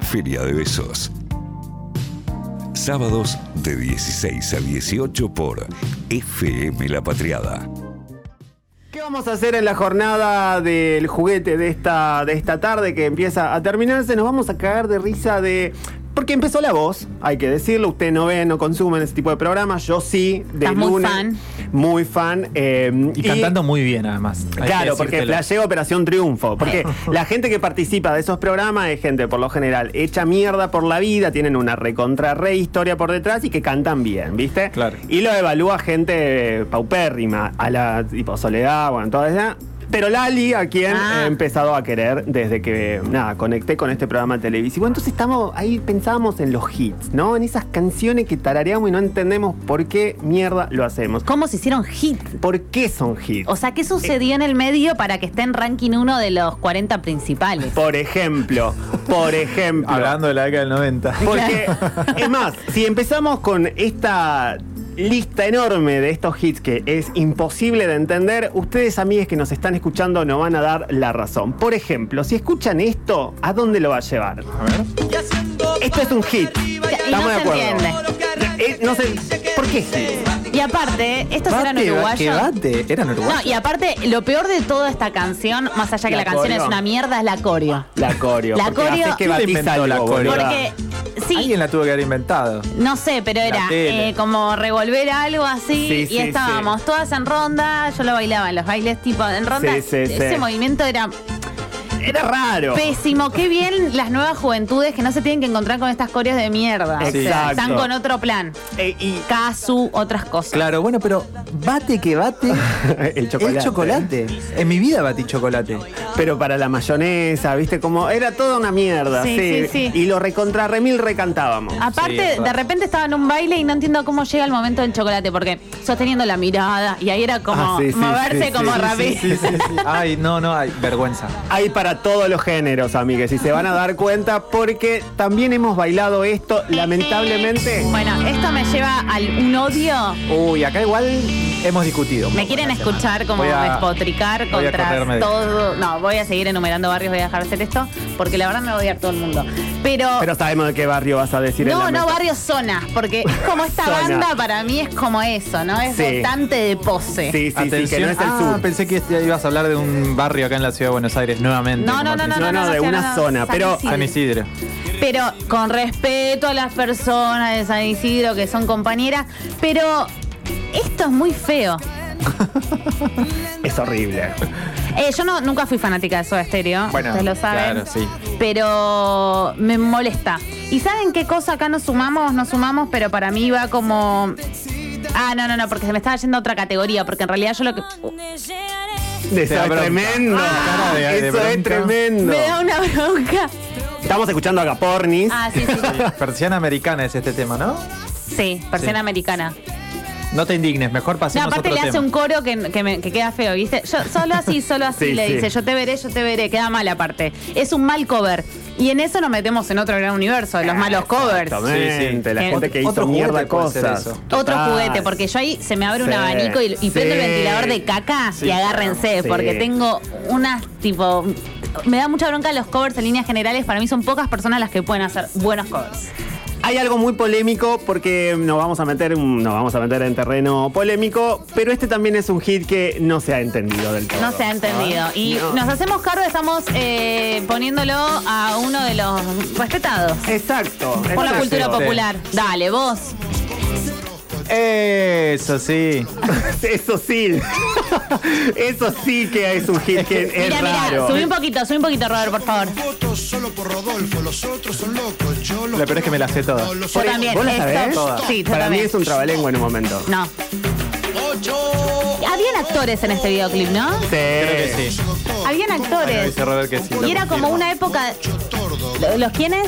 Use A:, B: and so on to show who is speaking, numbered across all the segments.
A: Feria de Besos. Sábados de 16 a 18 por FM La Patriada.
B: ¿Qué vamos a hacer en la jornada del juguete de esta, de esta tarde que empieza a terminarse? Nos vamos a cagar de risa de... Porque empezó la voz, hay que decirlo, usted no ve, no consumen ese tipo de programas, yo sí, de
C: Estás muy
B: lunes,
C: fan.
B: muy fan, eh,
D: Y, cantando muy bien, además. Hay que
B: Claro, porque
D: decírtelo.
B: flashea Operación Triunfo. Porque la gente que participa de esos programas es gente, por lo general, hecha mierda por la vida, tienen una recontra re historia por detrás y que cantan bien, ¿viste?
D: Claro.
B: Y lo evalúa gente eh, paupérrima, a la tipo Soledad, bueno, toda esa. Pero Lali, a quien
C: Ah.
B: he empezado a querer desde que, nada, conecté con este programa televisivo. Entonces estamos, ahí pensábamos en los hits, ¿no? En esas canciones que tarareamos y no entendemos por qué mierda lo hacemos.
C: ¿Cómo se hicieron hit?
B: ¿Por qué son hits?
C: O sea, ¿qué sucedió en el medio para que esté en ranking uno de los 40 principales?
B: Por ejemplo, por ejemplo.
D: Hablando de la década del 90.
B: Porque, es más, si empezamos con esta lista enorme de estos hits que es imposible de entender, ustedes amigues que nos están escuchando no van a dar la razón. Por ejemplo, si escuchan esto, ¿a dónde lo va a llevar? Esto es un hit.
C: y no
B: Estamos de
C: se
B: acuerdo.
C: entiende.
B: Eh, no sé, ¿por qué hit?
C: Y aparte, estos eran
D: Bate, bate,
C: uruguayos.
D: bate. Eran
C: No,
D: uruguayos.
C: y aparte, lo peor de toda esta canción, más allá que
B: La
C: la, canción
B: coreo.
C: es una mierda, es la coreo.
B: La coreo.
C: La
B: porque
C: coreo-
B: haces que
D: ¿Quién
B: batiza
D: inventó
B: algo,
D: la
B: boluda.
D: coreo?
C: Porque, sí,
D: Alguien la tuvo que haber inventado.
C: no sé, pero era
D: tele.
C: eh, como revolver algo así
B: Sí,
C: y
B: sí,
C: estábamos todas en ronda, yo lo bailaba en los bailes tipo en ronda.
B: Sí, sí,
C: Ese
B: sí.
C: movimiento era
B: Era raro.
C: pésimo. Qué bien las nuevas juventudes que no se tienen que encontrar con estas coreas de mierda. O sea,
B: Exacto.
C: Están con otro plan.
B: Eh, y
C: Casu, otras cosas.
D: Claro, bueno, pero bate que bate.
B: El chocolate.
D: El chocolate. En mi vida batí chocolate.
B: Pero para la mayonesa, ¿viste? Como era toda una mierda. Sí,
C: Sí, sí, sí.
B: Y lo recontra remil recantábamos.
D: Sí, es
C: Aparte,
D: verdad.
C: de repente estaba en un baile y no entiendo cómo llega el momento del chocolate, porque sosteniendo la mirada y ahí era como
B: Ah, sí, sí,
C: moverse
B: sí,
C: como
B: sí,
C: rápido.
D: Sí, sí, sí. Ay, no, no, ay, vergüenza.
B: Hay para todos los géneros, amigues, y se van a dar cuenta porque también hemos bailado esto, lamentablemente.
C: Bueno, esto me lleva al un odio.
D: Uy, acá igual hemos discutido. un
C: Me
D: poco
C: quieren
D: la semana.
C: escuchar como
D: Voy a-
C: despotricar
D: voy a correrme
C: contra
D: de-
C: todo. No, voy a seguir enumerando barrios, voy a dejar de hacer esto, porque la verdad me va a odiar todo el mundo. Pero.
B: Pero sabemos de qué barrio vas a decir. el
C: no, no
B: lamento.
C: barrios zonas, porque es como esta
B: Zona.
C: banda para mí es como eso, ¿no? Es
B: Sí.
C: bastante de pose.
B: Sí, sí, sí, que no es el
D: ah,
B: sur.
D: pensé que ibas a hablar de un barrio acá en la ciudad de Buenos Aires nuevamente.
C: No,
D: como
C: no,
D: al
C: no, no, no,
D: principio.
B: No, no, de
C: sí,
B: una zona,
C: San
B: pero-
C: Isidro.
D: San Isidro.
C: Pero con respeto a las personas de San Isidro que son compañeras, pero esto es muy feo.
B: Es horrible.
C: Eh, yo no, nunca fui fanática de Soda Stereo,
D: Bueno,
C: ustedes lo saben.
D: claro, sí.
C: Pero me molesta. ¿Y saben qué cosa acá nos sumamos? Nos sumamos, pero para mí va como. Ah, no, no, no, porque se me estaba yendo a otra categoría, porque en realidad yo lo que.
B: Eso es
D: bronca.
B: tremendo.
D: Ah, cara de- de
B: Eso es
D: bronca.
B: tremendo.
C: Me da una bronca.
B: Estamos escuchando a Capornis.
C: Ah, sí, sí, sí.
D: Persiana americana es este tema, ¿no?
C: Sí, persiana
D: Sí.
C: americana.
D: No te indignes, mejor
C: No,
D: pasemos
C: aparte
D: otro
C: le hace
D: tema.
C: un coro que, que me- que queda feo, ¿viste? Yo, solo así, solo así
B: Sí,
C: le
B: sí.
C: dice, yo te veré, yo te veré, queda mal aparte. Es un mal cover. Y en eso nos metemos en otro gran universo, de los malos covers.
B: Exactamente, La
C: Eh,
B: gente que hizo
D: otro juguete
B: mierda
D: puede ser
B: cosas.
D: eso.
C: Otro
B: Total.
C: juguete, porque yo ahí se me abre un
B: Sí,
C: abanico y, y
B: sí.
C: prendo el ventilador de caca
B: Sí,
C: y agárrense,
B: sí.
C: porque tengo unas, tipo... Me da mucha bronca los covers en líneas generales. Para mí son pocas personas las que pueden hacer buenos covers.
B: Hay algo muy polémico porque nos vamos a meter, nos vamos a meter en terreno polémico, pero este también es un hit que no se ha entendido del todo. ¿Ah?
C: No se ha entendido. Y
B: No.
C: nos hacemos cargo, estamos eh, poniéndolo a uno de los respetados.
B: Exacto.
C: Por la
B: exacto.
C: cultura
D: sí.
C: popular. Dale, vos.
D: Eso sí.
B: Eso sí. Eso sí que es un hit que es
C: Mira, mira,
B: raro.
C: subí un poquito, subí un poquito, Robert, por favor.
E: Votos solo por Rodolfo, los otros son locos. Yo los
D: Lo peor es que me la sé toda.
E: los
C: Yo también.
B: ¿Vos la sabés?
C: Esto- Sí, yo
B: Para mí
C: también.
B: es un trabalengua en un momento.
C: No. Habían actores en este videoclip, ¿no?
D: Creo que
B: Sí.
D: sí.
C: Habían
D: Bueno,
C: actores.
D: dice Robert que sí.
C: Y era como una época. ¿lo- ¿Los quiénes?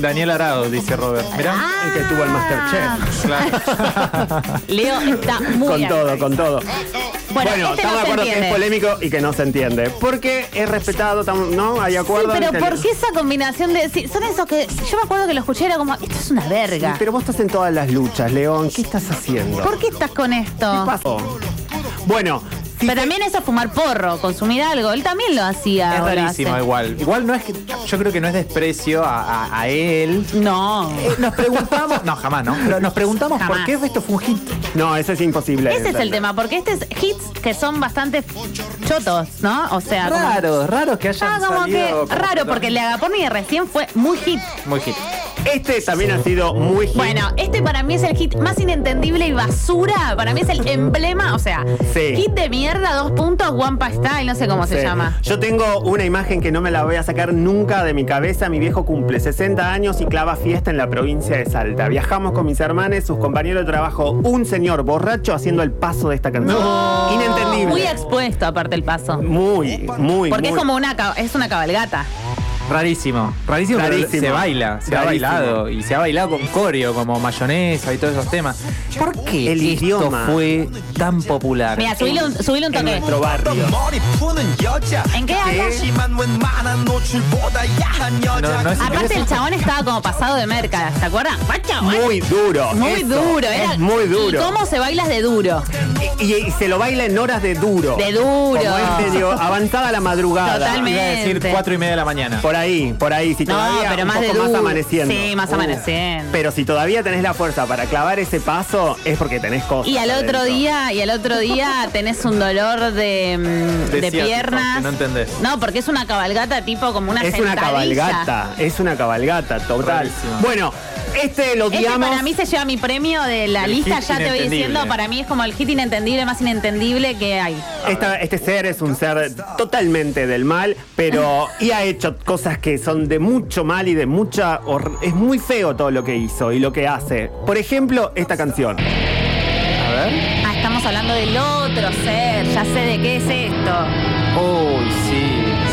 D: Daniel Arado, dice Robert. Mirá.
C: Ah.
B: El que estuvo en Masterchef.
D: Claro.
C: Leo está muy.
B: Con
C: bien.
B: todo, con todo.
C: Bueno, este
B: estamos
C: no
B: de
C: se
B: acuerdo que es
C: entiende.
B: polémico y que no se entiende. Porque es respetado, tam- ¿no? Hay
C: Sí,
B: acuerdo.
C: pero
B: en que-
C: ¿por qué esa combinación de.? sí, son esos que. Yo me acuerdo que lo escuché, era como, esto es una verga.
B: Pero vos estás en todas las luchas, León. ¿Qué estás haciendo?
C: ¿Por qué estás con esto?
B: pasó? Bueno, si
C: Pero
B: te-
C: también eso es fumar porro, consumir algo. Él también lo hacía.
D: Es
C: o lo
D: rarísimo
C: hace.
D: igual. Igual no es que. Yo creo que no es desprecio a, a- a él.
C: No.
D: Eh, Nos preguntamos. No, jamás, ¿no? Pero nos preguntamos
C: Jamás.
D: por qué esto fue un hit.
B: No, eso es imposible. de
C: Ese es el
B: entender.
C: tema, porque este es hits que son bastante chotos, ¿no? O sea, como-
D: Raro, raro que hayan
C: Ah, como que
D: salido como
C: raro,
D: totalmente-
C: porque el de Agaporni recién fue muy hit.
D: Muy hit.
B: Este también ha sido muy hit.
C: Bueno, este para mí es el hit más inentendible y basura. Para mí es el emblema, o sea,
B: Sí.
C: hit de mierda, dos puntos, One Style, no sé cómo se
B: Sí.
C: llama.
B: Yo tengo una imagen que no me la voy a sacar nunca de mi cabeza. Mi viejo cumple 60 años y clava fiesta en la provincia de Salta. Viajamos con mis hermanos, sus compañeros de trabajo, un señor borracho haciendo el paso de esta canción. Inentendible.
C: Muy expuesto aparte el paso.
B: muy, muy.
C: Porque es
B: muy.
C: como una ca- es una cabalgata.
D: Rarísimo. Rarísimo, pero
B: Rarísimo.
D: se baila. Se
B: Rarísimo.
D: ha bailado. Y se ha bailado con coreo, como mayonesa y todos esos temas. ¿Por qué
B: El
D: esto
B: idioma.
D: fue tan popular?
C: Mira, subile un, subile un
B: en
C: toque.
B: nuestro barrio.
C: ¿En qué hablas?
D: No, no es
C: Aparte el chabón estaba como pasado de merca, ¿se acuerdan? Facha,
B: Muy duro.
C: Muy
B: eso.
C: duro,
B: Es
C: era.
B: muy
C: ¿Y
B: duro.
C: cómo se bailas de duro?
B: Y, y se lo baila en horas de duro.
C: De duro.
B: Como es medio avanzada la madrugada.
C: Totalmente.
D: Iba a decir cuatro y media de la mañana.
B: Por ahí, por ahí, si
C: No,
B: todavía
C: pero
B: un
C: más de
B: poco
C: duro.
B: más amaneciendo.
C: Sí, más
B: Uh.
C: amaneciendo.
B: Pero si todavía tenés la fuerza para clavar ese paso, es porque tenés cosas.
C: Y al otro
B: adentro.
C: día, y al otro día tenés un dolor de, mm, de
D: Decía, tipo,
C: piernas.
D: que no entendés.
C: No, porque es una cabalgata tipo como una
B: Es una
C: sentadilla.
B: cabalgata, es una cabalgata total.
D: Rarísimo.
B: Bueno, este lo
C: Este
B: odiamos.
C: para mí se lleva mi premio de la
D: El
C: lista, ya
D: hit
C: te voy
D: inentendible.
C: diciendo, para mí es como el hit inentendible más inentendible que hay.
B: Esta- este ser es un ser totalmente del mal, pero y ha hecho cosas que son de mucho mal y de mucha hor- es muy feo todo lo que hizo y lo que hace. Por ejemplo, esta canción.
D: A ver.
C: Ah, estamos hablando del otro ser, ya sé de qué es esto.
D: Uy, sí.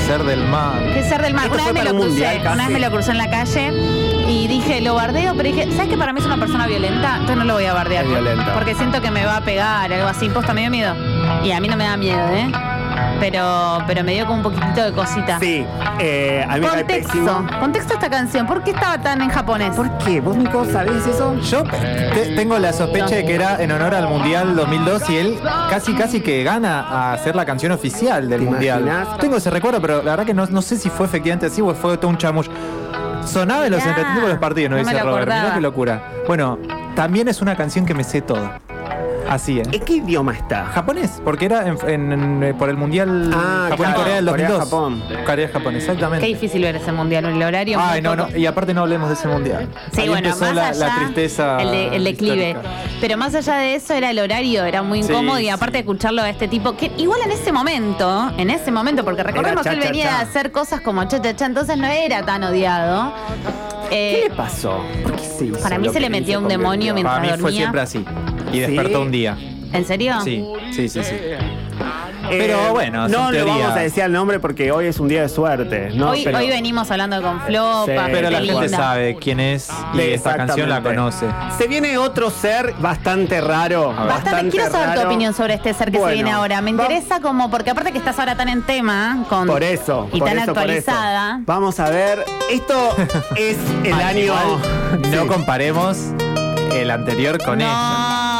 D: Ser del mal.
C: ¿Qué ser del mar?
B: Esto
C: Una
B: fue
C: vez me
B: para
C: lo
B: un
C: crucé,
B: mundial, casi.
C: una vez me lo crucé en la calle y dije, lo bardeo, pero dije, ¿sabes que para mí es una persona violenta? Entonces no lo voy a bardear.
B: Es violenta.
C: Porque siento que me va a pegar, algo así, posta, me dio miedo. Y a mí no me da miedo, ¿eh? Pero, pero me dio como un poquitito de cosita.
B: Sí, eh, a mí me cae
C: Contexto,
B: pésimo.
C: contexto de esta canción. ¿Por qué estaba tan en japonés?
B: ¿Por qué? ¿Vos, Nico, sabés eso?
D: Yo te- tengo la sospecha de que era en honor al Mundial 2002 y él casi casi que gana a hacer la canción oficial del
B: ¿Te
D: Mundial.
B: imaginas?
D: Tengo ese recuerdo, pero la verdad que no, no sé si fue efectivamente así o fue todo un chamush. Sonaba en los
C: Mirá,
D: entretiempos de los partidos, no,
C: no me
D: dice
C: lo
D: Robert.
C: acordaba.
D: Mirá qué locura. Bueno, también es una canción que me sé toda. Así es.
B: ¿En qué idioma está?
D: Japonés, porque era en- en- en- por el Mundial
B: Ah, claro,
D: Japón-Corea del
B: Corea,
D: 2002.
B: Japón.
D: Corea-Japón,
C: Qué
D: exactamente.
C: difícil ver ese mundial, el horario. muy
D: Ay, no,
C: poco.
D: no. Y aparte no hablemos de ese mundial.
C: Sí,
D: Ahí
C: bueno,
D: empezó
C: más
D: la,
C: allá,
D: la tristeza.
C: el, de- el declive.
D: histórica.
C: Pero más allá de eso era el horario, era muy
D: Sí,
C: incómodo y aparte
D: sí.
C: escucharlo a este tipo, que igual en ese momento, en ese momento, porque recordemos
B: cha,
C: que él
B: cha,
C: venía
B: cha.
C: a hacer cosas como cha, cha, cha, entonces no era tan odiado. Eh,
B: ¿Qué le pasó? ¿Por qué se hizo
C: Para mí
B: lo
C: se le
B: que
C: metió
B: hizo
C: un
B: con
C: demonio
B: Dios?
C: mientras
D: Para mí fue
C: dormía. Ah.
D: siempre así. Y
B: ¿Sí?
D: despertó un día.
C: ¿En serio?
D: Sí, sí, sí, sí.
B: Eh,
D: Pero bueno,
B: no
D: son
B: le
D: teorías.
B: vamos a decir el nombre porque hoy es un día de suerte. ¿no?
C: hoy,
B: Pero-
C: hoy venimos hablando con Flopa,
B: Sí.
D: Pero la
C: gente
D: gente
C: linda.
D: sabe quién es y esta canción la
B: Exactamente.
D: conoce.
B: Se viene otro ser bastante raro.
C: Bastante, quiero saber tu
B: raro.
C: opinión sobre este ser que
B: Bueno,
C: se viene ahora. Me
B: va-
C: interesa como, porque aparte que estás ahora tan en tema con,
B: Por eso.
C: y
B: por
C: tan
B: eso, por eso.
C: actualizada.
B: Vamos a ver. Esto es el
D: Al
B: año.
D: igual,
B: Sí.
D: No comparemos el anterior con ella.
C: No.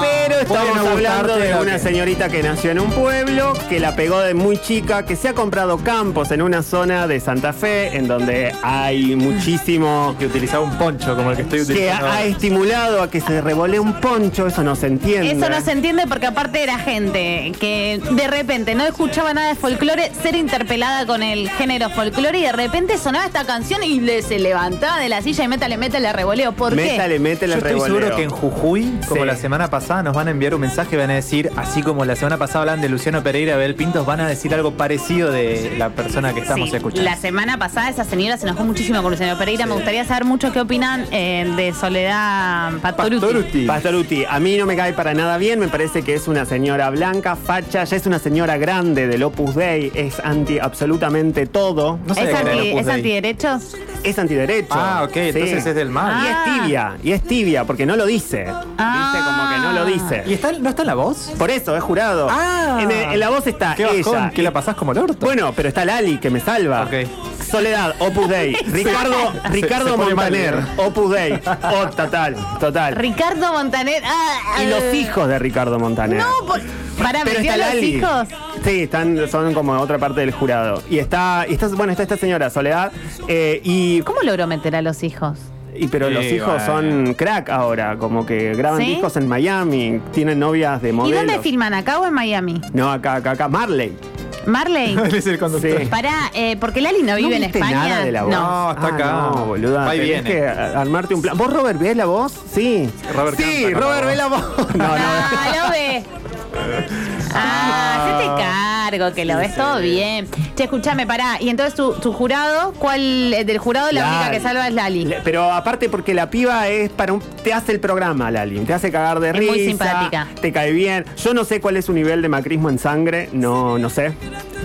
B: Pero estamos
D: Pueden
B: hablando
D: gustarte
B: de
D: lo
B: una
D: que-
B: señorita que nació en un pueblo, que la pegó de muy chica, que se ha comprado campos en una zona de Santa Fe, en donde hay muchísimo
D: Que utilizaba un poncho como el que estoy
B: que
D: utilizando.
B: ha, ha estimulado a que se revolee un poncho, eso no se entiende.
C: Eso no se entiende porque aparte era gente que de repente no escuchaba nada de folclore, ser interpelada con el género folclore y de repente sonaba esta canción y le- se levantaba de la silla y métale, métale, revoleo. ¿Por
B: Métale,
C: qué?
B: métale el
D: Yo estoy
B: revoleo.
D: seguro que en Jujuy, como
B: Sí.
D: la semana pasada, nos van a enviar un mensaje y van a decir, así como la semana pasada hablan de Luciano Pereira y Abel Pintos, van a decir algo parecido de la persona que estamos
C: Sí,
D: escuchando.
C: la semana pasada esa señora se enojó muchísimo con Luciano Pereira. Me gustaría saber mucho qué opinan eh, de Soledad Pastoruti.
D: Pastoruti.
B: Pastoruti, a mí no me cae para nada bien, me parece que es una señora blanca, facha, ya es una señora grande del Opus Dei, es anti absolutamente todo,
D: No sé
C: ¿Es,
D: de qué era el
C: anti,
D: Opus
C: ¿Es
D: Dei.
C: antiderechos?
B: es antiderecho.
D: Ah, ok,
B: Sí.
D: entonces es del mal.
B: Y
C: Ah.
B: es tibia, y es tibia, porque no lo dice.
C: Ah.
B: Viste, como que no lo
D: ¿Y
B: dice.
D: está, no está en la voz?
B: Por eso, es jurado.
D: Ah.
B: en, el- en la voz está
D: ¿Qué
B: ella.
D: bajón? ¿Que la pasás como el orto?
B: Bueno, pero está Lali, que me salva.
D: Ok.
B: Soledad, Opus Dei. Ricardo, Ricardo
D: se pone mal,
B: Montaner,
D: ¿no?
B: Opus Dei. Oh, total, total.
C: Ricardo Montaner. ah,
B: Y los
C: eh.
B: hijos de Ricardo Montaner.
C: No, por- Para
B: Pero
C: metió a
B: está
C: los
B: Lali.
C: hijos.
B: Sí, están, son como otra parte del jurado. Y está, y está bueno, está esta señora, Soledad. eh, y,
C: ¿Cómo logró meter a los hijos?
B: y- pero los
D: Sí,
B: hijos
D: bueno.
B: son crack ahora, como que graban
C: ¿Sí?
B: discos en Miami, tienen novias de modelos.
C: ¿Y dónde filman? ¿Acá o en Miami?
B: No, acá, acá, acá, Marley.
C: Marley.
D: Él es el conductor.
B: Sí.
C: Pará, eh, porque Lali no vive en
B: viste
C: España.
B: nada de la voz?
C: no.
D: No, está
B: Ah,
D: acá.
B: No, boluda.
D: Va y
B: tenés
D: viene.
B: que a- armarte un plan. ¿Vos, Robert, ves la voz? Sí.
D: Robert
B: sí,
D: canta con
B: Robert
D: la
B: ve la voz. No, no.
C: Ah, lo ve. Ah, se te cargo, que lo ves todo bien. Che, escúchame, pará. Y entonces tu, tu jurado, ¿cuál eh, del jurado la única
B: Lali.
C: que salva es Lali?
B: Le- Pero aparte porque la piba es para un... Te hace el programa, Lali. Te hace cagar de
C: Es muy
B: risa.
C: simpática.
B: Te cae bien. Yo no sé cuál es su nivel de macrismo en sangre. No, no sé.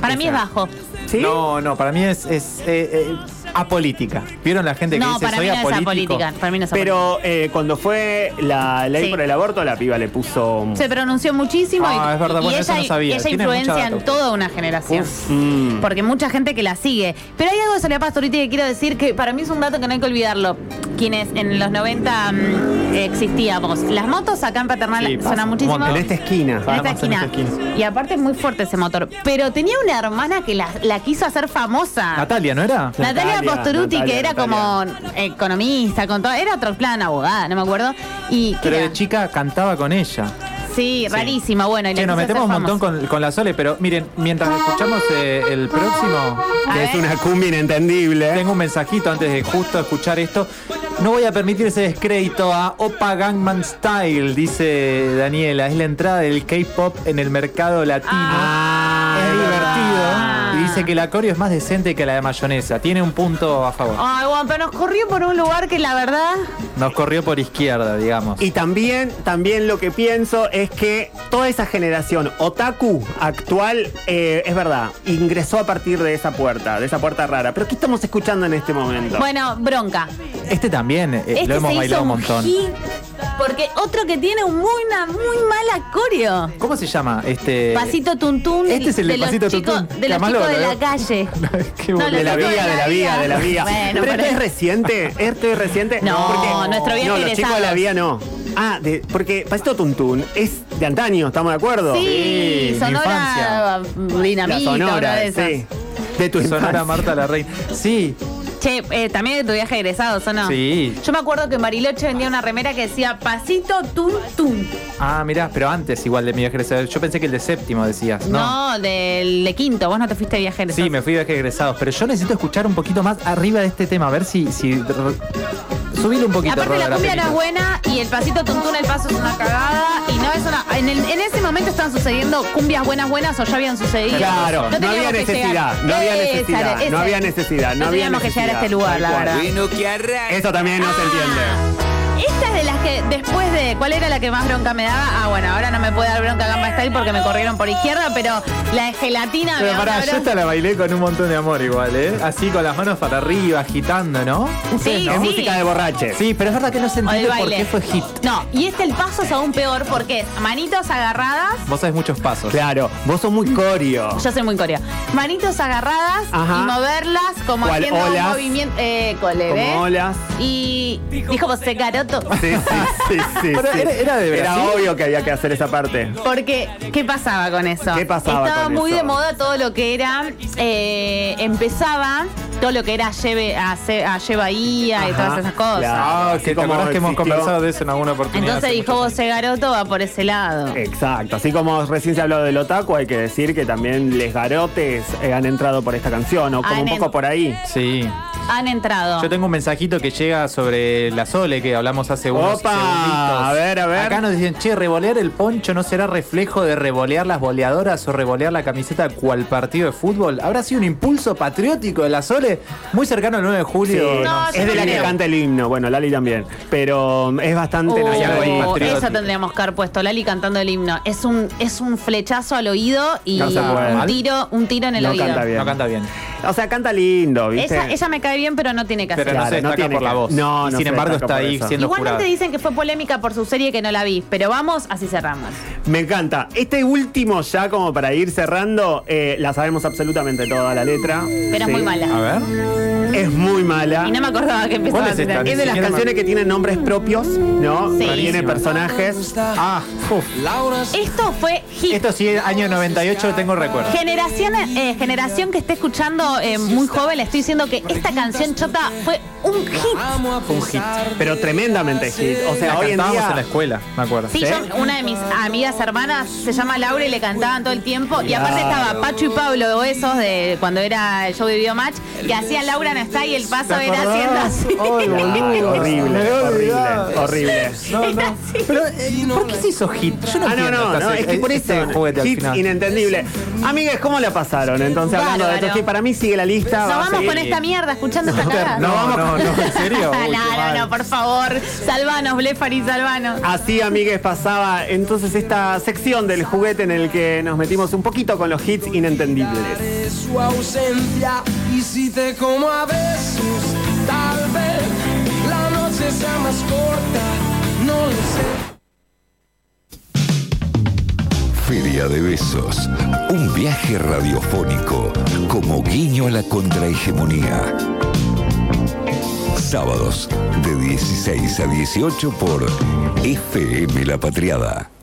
C: Para mí es
B: Esa.
C: bajo.
B: ¿Sí?
D: No, no, para mí es, es, eh, eh, apolítica. ¿Vieron la gente que
C: No,
D: dice
C: para mí
D: soy
C: no es
D: apolítico?
C: apolítica. Para mí no es apolítica.
B: Pero eh, cuando fue la ley
C: Sí.
B: por el aborto, la piba le puso...
C: Se pronunció muchísimo y-
D: Ah, es verdad,
C: y,
D: bueno, eso
C: ella,
D: no sabía.
C: ella
D: Tiene mucha
C: influencia
D: data.
C: en toda una generación.
B: Mm.
C: Porque mucha gente que la sigue. Pero hay algo de Soledad Pastoriti que quiero decir que para mí es un dato que no hay que olvidarlo. Quienes en los 90 mm, existíamos. Las motos acá en Paternal
D: Sí, pasa
C: suenan
D: un
C: muchísimo.
D: montón.
B: En esta esquina.
C: En esta
D: Vamos, este en
C: esquina.
D: esta esquina.
C: Y aparte es muy fuerte ese motor. Pero tenía una hermana que la, la quiso hacer famosa.
D: Natalia, ¿no era?
C: Natalia
B: Natalia,
C: Pastoruti,
B: Natalia,
C: que era
B: Natalia.
C: como economista, con todo, era otro plan, abogada, no me acuerdo. Y que
D: Pero
C: era-
D: de chica cantaba con ella.
C: sí, rarísima, bueno. Y la
D: Che, nos
C: quiso hacer
D: metemos un montón
C: famosa.
D: con, con la Sole, pero miren, mientras escuchamos eh, el próximo,
C: A
B: Que
C: ver.
B: es una cumbia inentendible.
D: tengo un mensajito antes de justo escuchar esto. No voy a permitir ese descrédito a Opa Gangman Style, dice Daniela. Es la entrada del K-pop en el mercado latino.
B: Ah,
D: es
B: es
C: verdad.
D: divertido. Y dice que la coreo es más decente que la de mayonesa. Tiene un punto a favor.
C: Ay, bueno, pero nos corrió por un lugar que la verdad.
D: Nos corrió por izquierda, digamos.
B: Y también, también lo que pienso es que toda esa generación otaku actual, eh, es verdad, ingresó a partir de esa puerta, de esa puerta rara. Pero ¿qué estamos escuchando en este momento?
C: Bueno, bronca.
D: Este también eh,
C: Este
D: lo hemos
C: se hizo
D: bailado un
C: un
D: montón.
C: hit, porque otro que tiene un muy, una muy mala coreo.
D: ¿Cómo se llama? Este.
C: Pasito Tuntún.
D: Este es el de
C: los
D: Pasito
C: chicos-
D: Tuntún,
C: De
D: que
C: los
D: además
C: chicos
D: lo-
C: de
D: lo-
C: la calle.
D: Qué boludo.
C: no,
B: de la
C: Los chicos
B: vía, de la vía, de la vía.
C: Bueno,
B: pero esto
C: pero-
B: es reciente, esto es reciente.
C: No, nuestro bien
B: No, los
C: egresados.
B: chicos de la vía no. Ah, de- porque Pasito Tuntún es de antaño, ¿estamos de acuerdo?
C: Sí,
D: Sí,
C: Sonora
B: La
C: Dinamita, una
B: sonora,
C: de esas.
B: sí. De tu
D: Sonora
B: infancia.
D: Marta la Reina. Sí,
C: Che, eh, también de tu viaje de egresados, ¿o no?
D: Sí.
C: Yo me acuerdo que en Bariloche vendía una remera que decía Pasito Tum Tum.
D: Ah, mirá, pero antes igual de mi viaje egresado. Yo pensé que el de séptimo decías, ¿no?
C: No, del de quinto. Vos no te fuiste de viaje egresado.
D: Sí, me fui de viaje egresado, pero yo necesito escuchar un poquito más arriba de este tema, a ver si... si subirle un poquito.
C: Aparte
D: Rodo,
C: la cumbia no
D: pelita.
C: es buena y el pasito tuntún, el paso es una cagada y no es una... En, el- en ese momento están sucediendo cumbias buenas buenas o ya habían sucedido.
B: Claro, no, había
C: teníamos que
B: necesidad,
C: llegar.
B: no había
C: Esa,
B: necesidad,
C: esa.
B: no había necesidad, no
C: No
B: había
C: teníamos que llegar a este lugar, la verdad.
B: Eso también no se entiende.
C: Ah, Esta es de las que después de. ¿Cuál era la que más bronca me daba? Ah, bueno, ahora no me puede dar bronca Gamba Style porque me corrieron por izquierda, pero la de gelatina me
D: Pero
C: da una
D: pará, yo
C: bronca.
D: esta la bailé con un montón de amor igual, ¿eh? Así con las manos para arriba, agitando, ¿no?
C: Sí,
B: Es
C: sí.
B: música de borrache.
D: Sí, pero es verdad que no se
C: O del
D: entiende por
C: baile.
D: qué fue hit.
C: No, y este el paso es aún peor porque es manitos agarradas.
D: Vos sabés muchos pasos.
B: Claro, vos sos muy corio.
C: Yo soy muy corea. Manitos agarradas
B: Ajá.
C: y moverlas como
B: ¿Cuál?
C: haciendo un
B: Olas.
C: movimiento. Eh, cole, ¿ves?
B: Como olas.
C: Y dijo José Caroto.
B: Sí, sí, sí, sí.
D: Pero
B: sí.
D: era- era de
B: Era
D: Brasil.
B: obvio que había que hacer esa parte.
C: Porque, ¿qué pasaba con eso?
B: ¿Qué pasaba
C: Estaba
B: con
C: muy
B: eso?
C: de moda todo lo que era. eh, empezaba todo lo que era lleve a, Ce- a Ye Bahía
B: Ajá,
C: y todas esas cosas.
B: claro.
D: Ah, que
B: Así
D: te
B: como
D: acordás que hemos
B: existió.
D: conversado de eso en alguna oportunidad.
C: Entonces
D: hace
C: dijo
D: mucho
C: José Garoto va por ese lado.
B: Exacto, así como recién se habló del otaku, hay que decir que también les garotes eh, han entrado por esta canción, o como
C: Han
B: un poco
C: en-
B: por ahí.
D: tiempo. Sí.
C: Han entrado.
D: Yo tengo un mensajito que llega sobre la Sole que hablamos hace unos
B: Opa,
D: segunditos.
B: a ver, a ver.
D: Acá nos dicen, che, revolear el poncho no será reflejo de revolear las boleadoras o revolear la camiseta cual partido de fútbol. ¿Habrá sido un impulso patriótico de la Sole? Muy cercano al 9 de
B: Sí,
D: julio.
C: No, yo
B: es de la que
C: creo.
B: canta el himno, bueno, Lali también, pero mm, es bastante
C: Uh,
B: nacional.
D: ahí, patriótico.
C: eso tendríamos que haber puesto Lali cantando el himno. Es un, es un flechazo al oído y
B: No se puede.
C: un tiro, un tiro en el
B: No
C: oído.
B: canta bien.
D: No canta bien.
B: O sea, canta lindo, ¿viste?
C: Ella, ella me cae cae bien, pero no tiene que
D: Pero
C: hacer.
D: no
B: Claro,
D: se
B: no
D: destaca
B: tiene
D: por la
B: que-
D: voz.
B: No,
D: Y
B: no
D: sin
B: se
D: embargo
B: destaca
D: está
B: por
D: ahí
B: eso.
D: siendo jurado.
C: Igualmente dicen que fue polémica por su serie que no la vi, pero vamos, así cerramos.
B: Me encanta. Este último, ya como para ir cerrando, eh, la sabemos absolutamente toda la letra.
C: Pero
B: Sí.
C: es muy mala.
D: A ver.
B: Es muy mala.
C: Y no me acordaba que empezaba
D: ¿Cuál es
C: a tener-
D: esta?
B: Es de las
D: Ni siquiera
B: canciones que tienen nombres propios, ¿no?
C: Sí.
B: Tiene personajes.
D: Ah, uf.
C: Esto fue hit.
D: Esto sí, año 98 tengo recuerdo.
C: Generación, eh, generación que esté escuchando eh, muy joven, le estoy diciendo que esta canción chota fue un hit.
D: Fue un hit.
B: Pero tremendamente hit. O sea,
D: La
B: hoy en
D: cantábamos
B: día.
D: en la escuela, me acuerdo.
C: Sí, yo- una de mis amigas hermanas se llama Laura y le cantaban todo el tiempo. Y aparte estaba Pacho y Pablo, esos de cuando era el show de Videomatch, que hacían Laura no está y el paso
D: ¿Te
C: era
D: acordás?
C: haciendo así.
D: Ay,
B: Ay,
D: boludo. Me
B: horrible,
D: había
B: horrible,
D: olvidado.
B: horrible.
D: No, no. Pero, eh, ¿por qué se hizo hit? Yo no
B: Ah, no,
D: entiendo
B: no,
D: esta
B: no,
D: serie-
B: es que por
D: este
B: eso.
D: juguete al
B: Hits
D: final.
B: inentendible. Amigas, ¿cómo la pasaron? Entonces, hablando de
C: Bárbaro.
B: esto, que para mí sigue la lista.
C: Nos
B: va a
C: vamos
B: seguir.
C: con esta mierda, escuchando esta cagada.
D: No, vamos no, no, en serio. Uy,
C: no,
D: qué
C: no,
D: mal.
C: no, por favor. Salvanos, Blefari, salvanos.
B: Así, amigues, pasaba entonces esta sección del juguete en el que nos metimos un poquito con los hits inentendibles.
F: de su ausencia y si te como a besos, tal vez la noche sea más corta, no lo sé.
A: Feria de Besos. Un viaje radiofónico como guiño a la contrahegemonía. Sábados de 16 a 18 por FM La Patriada.